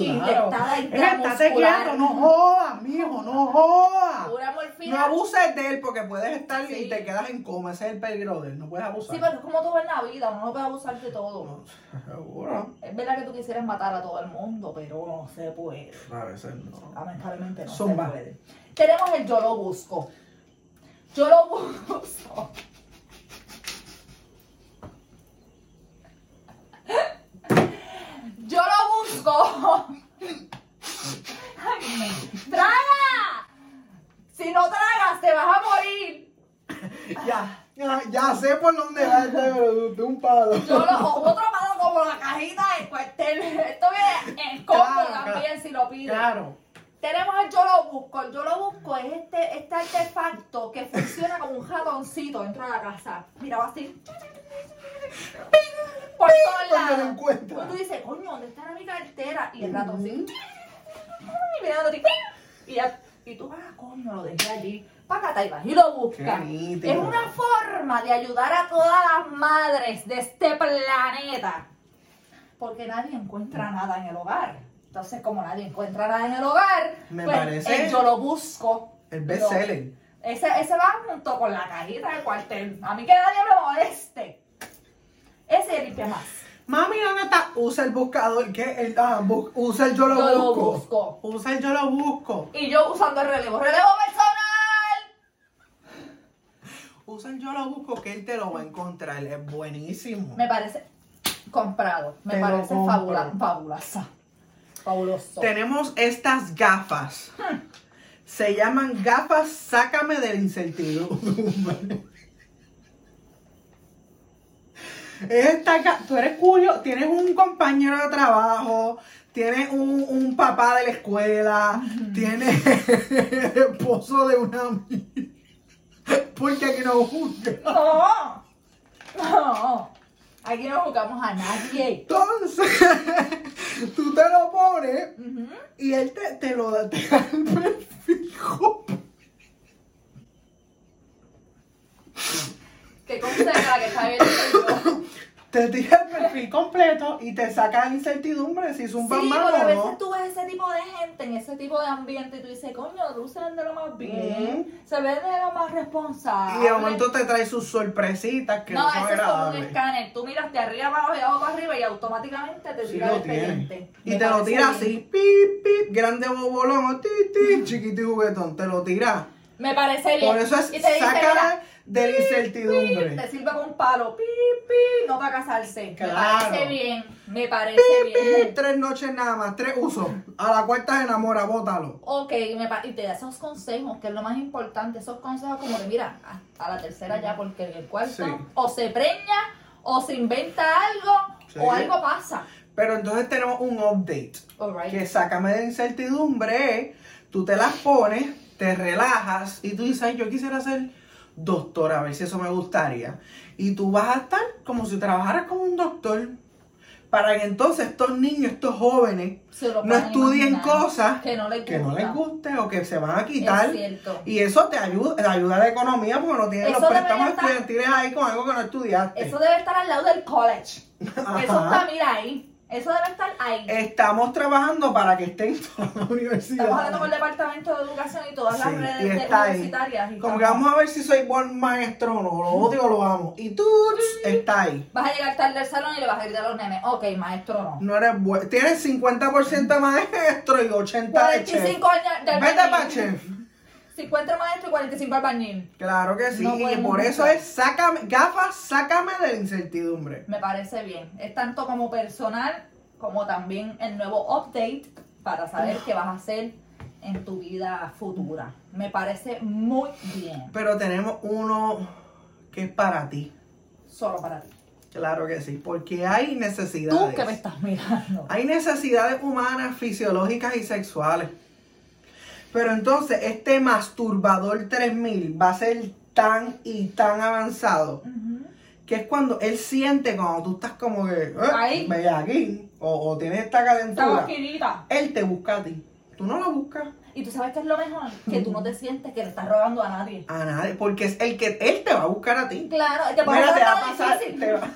Mira, Estate
intramuscular.
quieto, no jodas, mijo, no jodas.
Pura
No
morfina.
abuses de él porque puedes estar
Sí.
y te quedas en coma. Ese es el peligro de él, no puedes abusar.
Sí, pero es como todo en la vida, uno no puede abusar de todo.
No, Seguro.
Es verdad que tú quisieras matar a todo el mundo, pero no se puede.
A veces no.
Lamentablemente no
Zumba.
se puede. Tenemos el yo lo busco. Yo lo busco. Yo lo busco. Ay, me- ¡Traga! Si no tragas, te vas a morir.
Ya, ya, ya sé por dónde va este, pero de un palo.
Yo lo, o- otro malo como la cajita del cuartel. Esto viene en combo
Claro, claro.
también si lo pides.
Claro.
Tenemos el yo lo busco. El yo lo busco es este, este artefacto que funciona como un ratoncito dentro de la casa. Mira, va así. Por todos
Cuando lo
lados.
encuentra.
Pues tú dices, coño, ¿dónde está mi cartera? Y el ratoncito. Y mirándote. ¡ping! Y, ya- y tú, ah, coño, lo dejé allí. Pácata y vas y lo buscas.
Qué nítido.
Es una forma de ayudar a todas las madres de este planeta porque nadie encuentra nada en el hogar. Entonces, como nadie encuentra nada en el hogar,
Me
pues,
parece-
el yo lo busco.
El best seller.
Lo- Ese, ese va junto con la cajita del cuartel. A mí que nadie me moleste. Ese limpia más.
Mami, ¿dónde está? Usa el buscador. ¿Qué? El, ah, bu- usa el yo lo,
Yo lo
busco. Usa el yo lo busco.
Y yo usando el relevo. ¡Relevo personal!
Usa el yo lo busco que él te lo va a encontrar. Es buenísimo.
Me parece comprado. Me
Te lo
parece
compro.
fabula, fabulosa. Fabuloso.
Tenemos estas gafas. Se llaman gafas Sácame de la incertidumbre. Es esta ga- tú eres cuyo, tienes un compañero de trabajo, tienes un, un papá de la escuela, tienes el esposo de una amiga. Porque aquí no juzga.
No. No. Aquí no jugamos a nadie.
Entonces, tú te lo pones
Ujú.
Y él te, te lo da, te da el prefijo.
Que conste que la que está viendo soy yo.
Te tira el perfil completo y te saca la incertidumbre si es un
Sí,
bambano
porque a
o
veces
no.
tú ves ese tipo de gente en ese tipo de ambiente y tú dices, coño, tú se ven de lo más bien, se ven de lo más responsable.
Y de momento te trae sus sorpresitas que no,
no,
son
eso es como un
agradables.
escáner. Tú miras de arriba para abajo y de abajo para arriba y automáticamente te
Sí
tira
lo
el
tiene.
expediente.
Y
Me
te lo
parece
tira
bien.
así, pip, pip, grande bobolón, ti, ti, chiquito y juguetón, te lo tira.
Me parece bien.
Por eso es
y te dice,
sacar
mira,
de la
pip, te
incertidumbre.
sirve con un palo, pi, pi, no para casarse.
Claro.
Me parece bien, me parece
Pip,
bien.
pip, tres noches nada más, tres usos. A la cuarta se enamora, bótalo.
Ok, me pa- y te da esos consejos, que es lo más importante, esos consejos como de, mira, a, a la tercera ya, porque en el cuarto
Sí.
o se preña, o se inventa algo,
Sí.
o algo pasa.
Pero entonces tenemos un update.
Alright.
que sácame de incertidumbre, tú te las pones, te relajas y tú dices, "Ay, yo quisiera ser doctora, a ver si eso me gustaría. Y tú vas a estar como si trabajaras como un doctor, para que entonces estos niños, estos jóvenes,
Se lo
no
pueden
estudien
imaginar,
cosas
que no les
que no
gusta.
les guste o que se van a quitar.
Es cierto.
Y eso te ayuda, te ayuda a la economía porque no tienes
Eso
los préstamos
debería estar-
estudiantiles ahí con algo que no estudiaste.
Eso debe estar al lado del college. Eso
Ajá.
está, mira ahí. Eso debe estar ahí.
Estamos trabajando para que esté en toda la universidad.
Estamos hablando con el Departamento de Educación y todas las
Sí,
redes
y
de-
está ahí.
universitarias. y
Como
todo.
que vamos a ver si soy buen maestro o no, lo odio o lo amo. Y tú está ahí.
Vas a llegar tarde al salón y le vas a gritar a los nenes, ok, maestro, no.
No eres bueno. Tienes 50% maestro y 80% de chef.
45 años del
Vete
bañil.
para chef.
50 maestro y 45 al bañil.
Claro que sí.
No
y
podemos
por eso
nunca.
es, sácame, gafas, sácame de la incertidumbre.
Me parece bien. Es tanto como personal como también el nuevo update para saber qué vas a hacer en tu vida futura. Me parece muy bien.
Pero tenemos uno que es para ti.
Solo para ti.
Claro que sí. Porque hay necesidades.
Tú que me estás mirando.
Hay necesidades humanas, fisiológicas y sexuales. Pero entonces este masturbador 3000 va a ser tan y tan avanzado
Ujú.
que es cuando él siente cuando tú estás como que eh,
Ahí.
bellaquín, o, o tienes esta
Esta
calentura.
vaquinita.
Él te busca a ti. Tú no lo buscas
Y tú sabes que es lo mejor, que tú no te sientes que le estás robando a nadie.
a nadie porque es el que él te va a buscar a ti.
Claro, te
Mira,
pasa
te va a
tan
pasar.
difícil.
te va-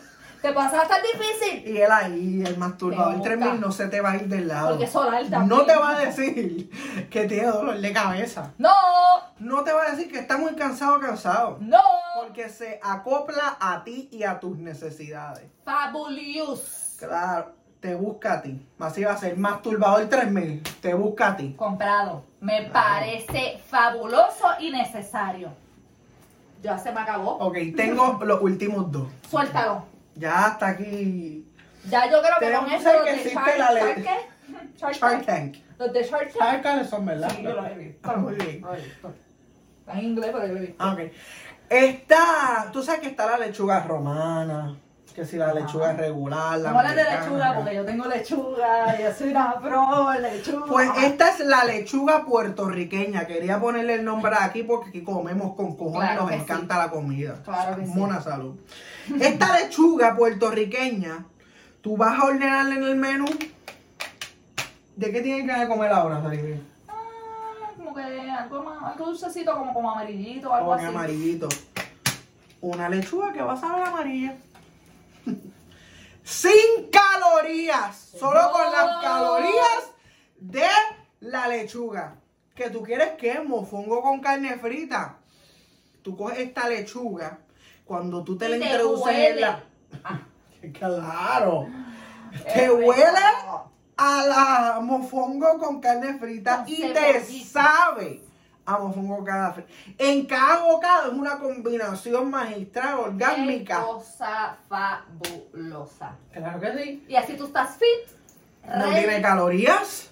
Te pasa tan difícil.
Y él ahí, el masturbador
Te busca.
3000 no se te va a ir del lado.
Porque es oral también.
No te va a decir que tiene dolor de cabeza.
No,
no te va a decir que está muy cansado o cansado.
no.
Porque se acopla a ti y a tus necesidades.
Fabulous.
Claro, te busca a ti. Así va a ser masturbador 3000. Te busca a ti.
Comprado. Me parece fabuloso y necesario. Ya se me acabó.
Ok, tengo los últimos dos.
Suéltalo.
Ya hasta aquí.
Ya yo creo que
Tenemos
con
que
eso
saber
los
que
de
existe
Shark-
la ley.
Shark qué? Shark
Shark
Tank.
Tank.
Los de Shark Tank.
¿Sabes cuáles son, verdad?
Sí, yo los he visto.
Ah, Muy bien.
Los he visto. Están en inglés, pero yo lo he visto.
Ok. Está, tú sabes que está la lechuga romana. Que si la lechuga es regular, la
No hablan de
americana,
lechuga
acá.
porque yo tengo lechuga, yo soy una pro lechuga. Ah,
Pues esta es la lechuga puertorriqueña. Quería ponerle el nombre aquí porque aquí comemos con cojones,
Claro
nos
que sí.
encanta la comida.
Claro que sí.
Mona salud. Esta lechuga puertorriqueña, tú vas a ordenarla en el menú. ¿De qué tiene que comer ahora, Salibre?
Ah, como que algo más, algo dulcecito, como, como amarillito o algo
Con
así.
amarillito. Una lechuga que va a saber amarilla. Sin calorías. Solo con las
No.
calorías de la lechuga. Que tú quieres que mofongo con carne frita. Tú coges esta lechuga. Cuando tú te
Y
la
te
introduces en
huele. Ah.
la. Claro.
Eh,
Te huele
pero-
a la mofongo con carne frita
Con
y te
cebollita.
sabe a mofongo con carne frita. En cada bocado es una combinación magistral,
Qué
orgánica.
cosa fabulosa.
Claro que sí.
Y así tú estás fit.
No
ready.
tiene calorías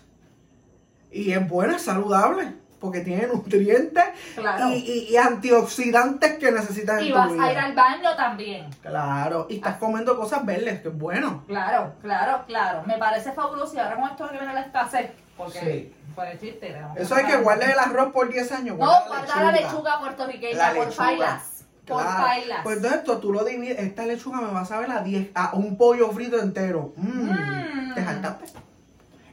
y es buena, es saludable. Porque tiene nutrientes
Claro.
y, y- y antioxidantes que necesitas
Y
en tu
vas
vida.
a ir al Ah. baño también.
Claro, y estás comiendo cosas verdes, que es bueno.
Claro, claro, claro. Me parece fabuloso y ahora con esto que viene la escasez. Porque
Sí.
por el chiste. tenemos
Eso es que
comprar.
guardes el arroz por 10 años.
Ah. No, guarda la lechuga puertorriqueña
La
por
lechuga.
pailas. Por
Claro.
pailas.
Pues entonces esto tú lo divides. Esta lechuga me va a saber a 10, a un pollo frito entero. Mm,
Mm.
Te saltaste.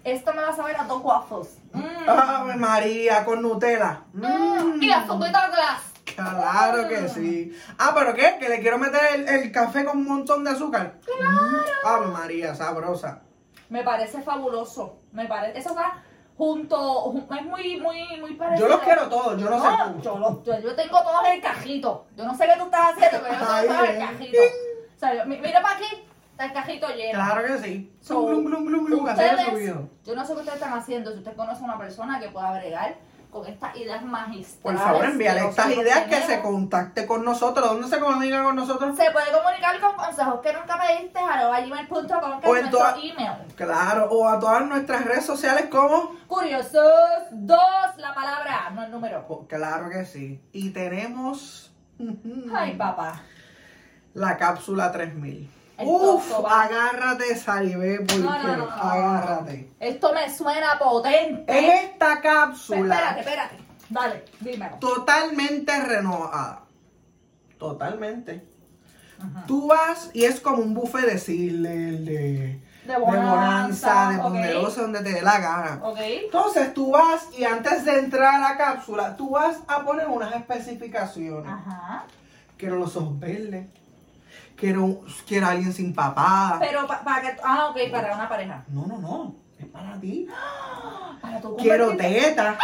Esto me va a saber a dos waffles. Mm.
Ave María, con Nutella. Ah, Mm,
Mm. Y la sopita glass.
Claro que sí. Ah, pero ¿qué? Que le quiero meter el, el café con un montón de azúcar. Claro. Ave María, sabrosa.
Me parece fabuloso. Me parece. Eso va junto. ju- Es muy, muy, muy parecido.
Yo los quiero todos, yo no, sé.
No,
tú.
yo, los- yo, yo tengo todos en el cajito. Yo no sé qué tú estás haciendo, pero yo
Ay,
tengo todos en el
bien.
cajito. O sea, yo- mi- mira para aquí, está el cajito lleno.
Claro que sí.
So,
glum, glum, glum, glum, así lo he
Ustedes,
subido.
yo no sé qué ustedes están haciendo. Si usted conoce a una persona que pueda bregar con estas ideas magistrales.
Por favor, envíale
que
estas
nosotros
ideas que
tenemos.
se contacte con nosotros. ¿Dónde se comunica con nosotros?
Se puede comunicar con consejos que nunca pediste a gmail.com que
O
es
en
nuestro
toda-
email.
Claro, o a todas nuestras redes sociales como
Curiosos dos, la palabra, no el número.
Oh, Claro que sí. Y tenemos
Ay, papá.
la cápsula 3000.
El
Uf,
tosto va.
agárrate, Saribé, porque
No, no, no, no.
agárrate.
Esto me suena potente.
Esta
Espérate,
cápsula
espérate. Dale, dímelo.
totalmente renovada. Totalmente. Tú vas y es como un buffet de Sidler, de,
De
de bonanza,
bonanza,
de
ok.
ponderosa, donde te dé la gana.
¿Ok?
Entonces tú vas y antes de entrar a la cápsula, tú vas a poner unas especificaciones.
Ajá.
Quiero los ojos verdes. que era, un- que era alguien sin papá.
Pero pa- para que. Ah, ok, para una pareja.
No, no, no. Es para ti.
Para tu
Quiero teta.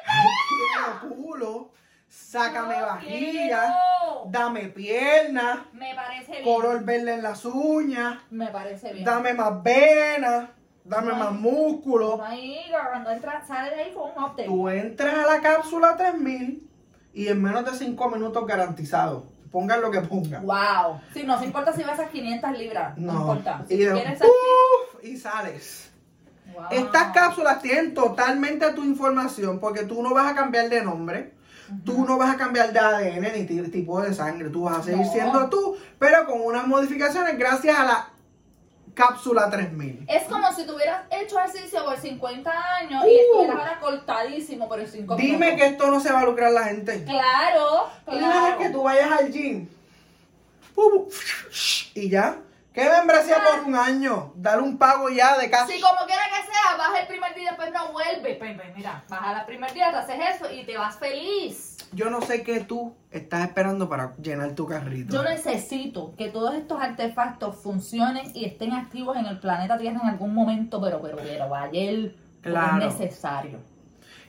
Quiero culo. Sácame vajilla. Dame pierna.
Me parece bien.
Color verde en las uñas.
Me parece bien.
Dame más venas. Dame más músculo.
Amiga, cuando entra, sale de ahí con un update.
Tú entras a la cápsula 3000 y en menos de 5 minutos garantizado. Pongan lo que pongan.
Wow. Sí, no se importa si vas a 500 libras. No,
No.
importa. Si
Y, de-
quieres ser
¡Puf! y sales.
Wow.
Estas cápsulas tienen totalmente tu información porque tú no vas a cambiar de nombre, tú no vas a cambiar de ADN ni ti- tipo de sangre, tú vas a seguir
No.
siendo tú, pero con unas modificaciones gracias a la cápsula 3000.
Es como si tuvieras hecho ejercicio por 50 años y estuvieras ahora cortadísimo por el 5
Uh. Dime que esto no se va a lucrar la gente.
Claro,
Una vez
claro.
que tú vayas al gym pu- pu- y ya, qué membresía por un año, dar un pago ya de casi
Si como quiera que sea, vas el primer día y después no vuelves. Ven, ven, mira, vas al primer día, te haces eso y te vas feliz.
Yo no sé qué tú estás esperando para llenar tu carrito.
Yo necesito que todos estos artefactos funcionen y estén activos en el planeta Tierra en algún momento, pero, pero, pero, ayer
Claro.
es necesario.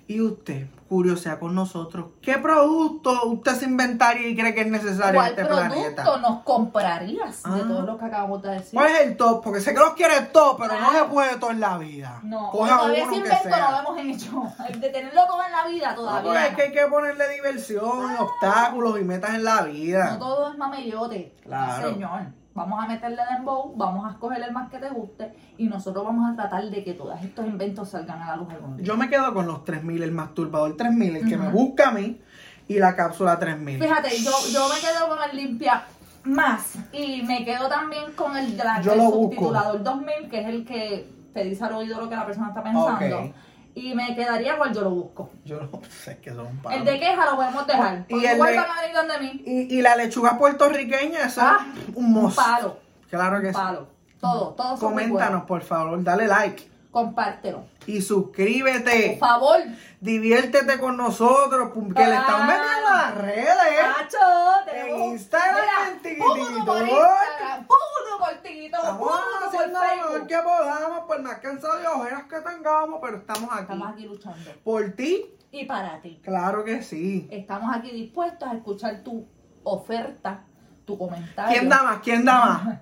Y usted, curiosea con nosotros, ¿qué producto usted se inventaría y cree que es necesario en
¿Cuál
este
producto
planeta?
nos comprarías de
Ah.
todo lo que acabamos de decir?
¿Cuál es el top? Porque sé que los quiere top, pero no
Claro.
se puede todo en la vida.
No,
Coja
todavía
uno
ese
que
invento
sea.
no lo hemos hecho. El de tenerlo todo en la vida
No,
todavía.
porque es que hay que ponerle diversión, y obstáculos y metas en la vida.
Ah. No todo es mamellote.
Claro.
Sí, Señor, vamos a meterle dembow, vamos a escoger el más que te guste y nosotros vamos a tratar de que todos estos inventos salgan a la luz algún día.
Yo me quedo con los 3000, el masturbador 3000, el que me
Ujú.
busca a mí, y la cápsula 3000.
Fíjate, yo, yo me quedo con el limpia más y me quedo también con el de la
Yo
el
lo busco.
subtitulador 2000, que es el que te dice al oído lo que la persona está pensando.
Ok.
Y me quedaría cual yo lo busco.
Yo no sé que son
El de queja lo podemos dejar.
Y
Porque
el
igual
de-
van a venir donde mí.
y, y la lechuga puertorriqueña, esa
Ah,
es un mos.
Palo,
Claro que sí.
palo. Todo, todo. son muy
Coméntanos, por favor, dale like.
buenos. Compártelo.
y
Por
suscríbete.
favor.
Diviértete con nosotros, pum, que le estamos metiendo a las
Ah,
redes.
Cacho,
En Instagram, en
Uno por
TikTok.
Instagram, uno por TikTok,
Estamos
uno por
haciendo lo mejor
Facebook.
que podamos, por más cansados de ojeras que tengamos, pero estamos aquí.
Estamos aquí luchando.
Por ti,
Y para ti.
claro que sí.
Estamos aquí dispuestos a escuchar tu oferta, tu comentario.
¿Quién da más? ¿Quién da más?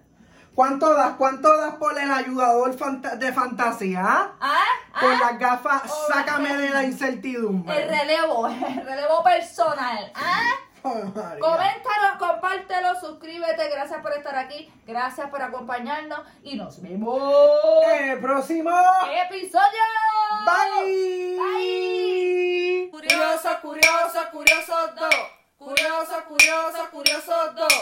¿Cuánto das? ¿Cuánto das por el ayudador fanta- de fantasía? ah?
Ah,
Por
ah,
las gafas,
Oh,
sácame
my
de la
el
incertidumbre.
relevo, el relevo personal. Ah,
Ay, María.
coméntanos, compártelo, suscríbete. Gracias por estar aquí. Gracias por acompañarnos. Y nos vemos.
En el próximo.
Episodio.
Bye.
Curioso, curioso, curioso, dos. Curioso, curioso, curioso, dos.